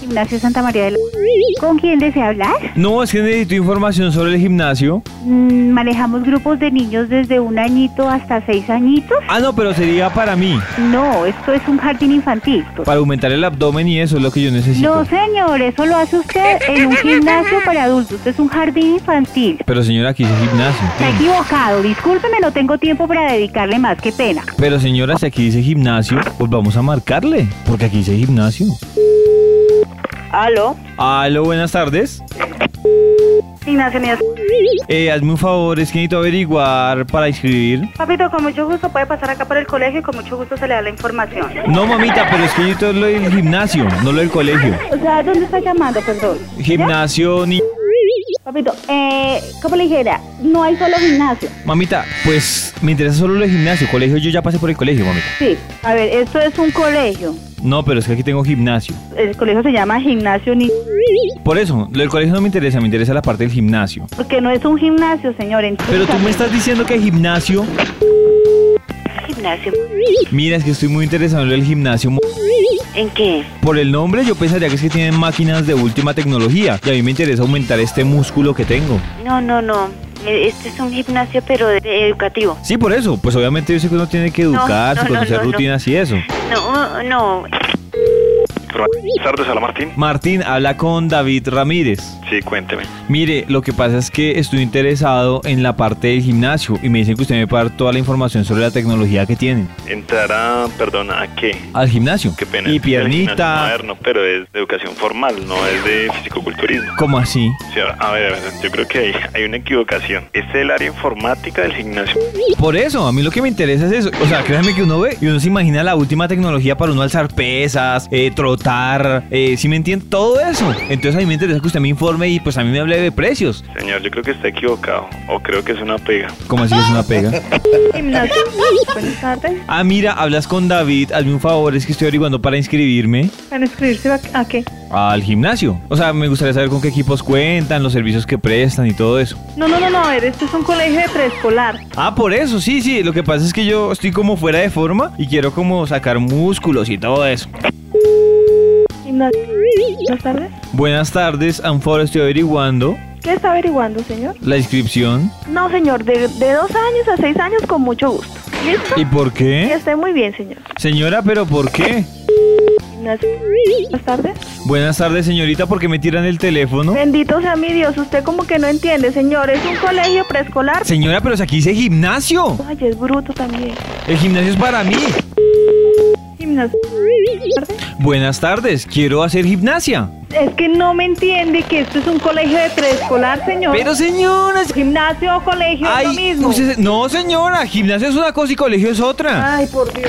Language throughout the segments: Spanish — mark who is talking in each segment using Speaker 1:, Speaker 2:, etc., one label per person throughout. Speaker 1: Gimnasio Santa María de la... ¿Con quién desea hablar?
Speaker 2: No, es que necesito información sobre el gimnasio.
Speaker 1: Mm, manejamos grupos de niños desde un añito hasta seis añitos.
Speaker 2: Ah, no, pero sería para mí,
Speaker 1: No, esto es un jardín infantil.
Speaker 2: para aumentar el abdomen y eso es lo que yo necesito.
Speaker 1: No, señor, eso lo hace usted en un gimnasio para adultos. Es un jardín infantil.
Speaker 2: Pero señora, aquí dice gimnasio.
Speaker 1: Está equivocado. Discúlpeme, no tengo tiempo para dedicarle más. Qué pena.
Speaker 2: Pero señora, si aquí dice gimnasio, pues vamos a marcarle, porque aquí dice gimnasio.
Speaker 3: Aló,
Speaker 2: Aló, buenas tardes.
Speaker 3: Ignacio Unidas.
Speaker 2: Eh, hazme un favor, es que necesito averiguar para inscribir.
Speaker 3: Papito, con mucho gusto puede pasar acá por el colegio y con mucho gusto se le da la información.
Speaker 2: No, mamita, pero es que necesito lo del gimnasio, no lo del colegio.
Speaker 3: O sea, ¿dónde está llamando, perdón?
Speaker 2: Gimnasio ni...
Speaker 3: Papito, eh, ¿cómo le dijera? No hay solo gimnasio.
Speaker 2: Mamita, pues me interesa solo lo del gimnasio. Colegio, yo ya pasé por el colegio, mamita.
Speaker 3: Sí, a ver, esto es un colegio.
Speaker 2: No, pero es que aquí tengo gimnasio.
Speaker 3: El colegio se llama Gimnasio Ni...
Speaker 2: Por eso, lo del colegio no me interesa, me interesa la parte del gimnasio.
Speaker 3: Porque no es un gimnasio, señor.
Speaker 2: Pero tú me estás diciendo que gimnasio.
Speaker 3: Gimnasio.
Speaker 2: Mira, es que estoy muy interesado en el gimnasio. mo-
Speaker 3: ¿En qué?
Speaker 2: Por el nombre, yo pensaría que es que tienen máquinas de última tecnología. Y a mí me interesa aumentar este músculo que tengo.
Speaker 3: No, no, no. Este es un gimnasio, pero educativo.
Speaker 2: Sí, por eso. Pues obviamente yo sé que uno tiene que educarse,
Speaker 3: no, no,
Speaker 2: conocer
Speaker 3: no, no.
Speaker 2: rutinas y eso.
Speaker 3: No, no.
Speaker 4: Buenas tardes, Alamartín.
Speaker 2: Martín, habla con David Ramírez.
Speaker 4: Sí, cuénteme.
Speaker 2: Mire, lo que pasa es que estoy interesado en la parte del gimnasio y me dicen que usted me puede dar toda la información sobre la tecnología que tienen.
Speaker 4: Entrar a, perdón, ¿a qué?
Speaker 2: Al gimnasio.
Speaker 4: Qué pena.
Speaker 2: Y
Speaker 4: Es
Speaker 2: piernita.
Speaker 4: moderno, pero es de educación formal, no es de fisicoculturismo.
Speaker 2: ¿Cómo así?
Speaker 4: Sí, a- a ver, a ver, yo creo que hay, hay una equivocación. Este es el área informática del gimnasio.
Speaker 2: Por eso, a mí lo que me interesa es eso. O sea, créanme que uno ve y uno se imagina la última tecnología para uno alzar pesas, eh, trotar, eh, si me entiende, todo eso. Entonces a mí me interesa que usted me informe y pues a mí me hable de precios.
Speaker 4: Señor, yo creo que está equivocado. O creo que es una pega.
Speaker 2: Como así es una pega.
Speaker 3: Gimnasio. Buenas tardes.
Speaker 2: Ah, mira, hablas con David, hazme un favor, es que estoy averiguando para inscribirme
Speaker 3: ¿Para inscribirse a, a qué?
Speaker 2: al gimnasio. O sea, me gustaría saber con qué equipos cuentan, los servicios que prestan y todo eso.
Speaker 3: No, no, no, no. A ver, esto es un colegio de preescolar.
Speaker 2: Ah, por eso, sí, sí. Lo que pasa es que yo estoy como fuera de forma y quiero como sacar músculos y todo eso.
Speaker 3: Gimnasio. Buenas tardes.
Speaker 2: Buenas tardes, Anfor, estoy averiguando
Speaker 3: ¿Qué está averiguando, señor?
Speaker 2: la inscripción.
Speaker 3: No, señor, de, de dos años a seis años con mucho gusto. ¿Listo?
Speaker 2: ¿Y por
Speaker 3: Que
Speaker 2: qué?
Speaker 3: esté muy bien, señor.
Speaker 2: Señora, pero ¿por qué?
Speaker 3: Ignacio, Buenas tardes.
Speaker 2: Buenas tardes, señorita, porque me tiran el teléfono.
Speaker 3: Bendito sea mi Dios, usted como que no entiende, señor. Es un colegio preescolar.
Speaker 2: Señora, pero si aquí dice gimnasio.
Speaker 3: Ay, es bruto también.
Speaker 2: El gimnasio es para mí.
Speaker 3: Gimnasio.
Speaker 2: Buenas tardes, quiero hacer gimnasia.
Speaker 3: Es que no me entiende que esto es un colegio de preescolar, señor.
Speaker 2: Pero señora, es-
Speaker 3: Gimnasio o colegio es lo
Speaker 2: ay,
Speaker 3: mismo.
Speaker 2: usted se- no señora, gimnasio es una cosa y colegio es otra.
Speaker 3: Ay, por Dios.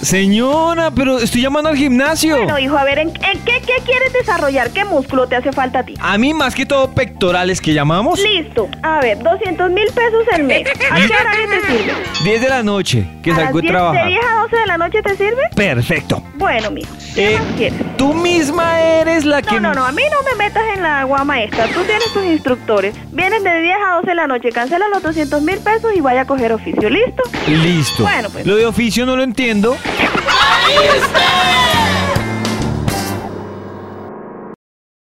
Speaker 2: Señora, pero estoy llamando al gimnasio.
Speaker 3: Bueno, hijo, a ver, ¿en, en qué, qué quieres desarrollar? ¿Qué músculo te hace falta a ti?
Speaker 2: A mí más que todo pectorales que llamamos.
Speaker 3: Listo. A ver, 200 mil pesos el mes. ¿A qué horario te sirve?
Speaker 2: 10 de la noche, que
Speaker 3: ¿A las
Speaker 2: salgo de
Speaker 3: 10 ¿De
Speaker 2: trabajar.
Speaker 3: 10 a 12 de la noche te sirve?
Speaker 2: Perfecto.
Speaker 3: Bueno, mijo. ¿Qué
Speaker 2: Eh,
Speaker 3: más quieres?
Speaker 2: Tú misma eres la
Speaker 3: No,
Speaker 2: que...
Speaker 3: no, no, a mí no me metas en la guama esta. Tú tienes tus instructores. Vienes de 10 a 12 de la noche, cancela los 200 mil pesos y vaya a coger oficio. ¿Listo? pues.
Speaker 2: Listo.
Speaker 3: Bueno, pues.
Speaker 2: Lo de oficio no lo entiendo.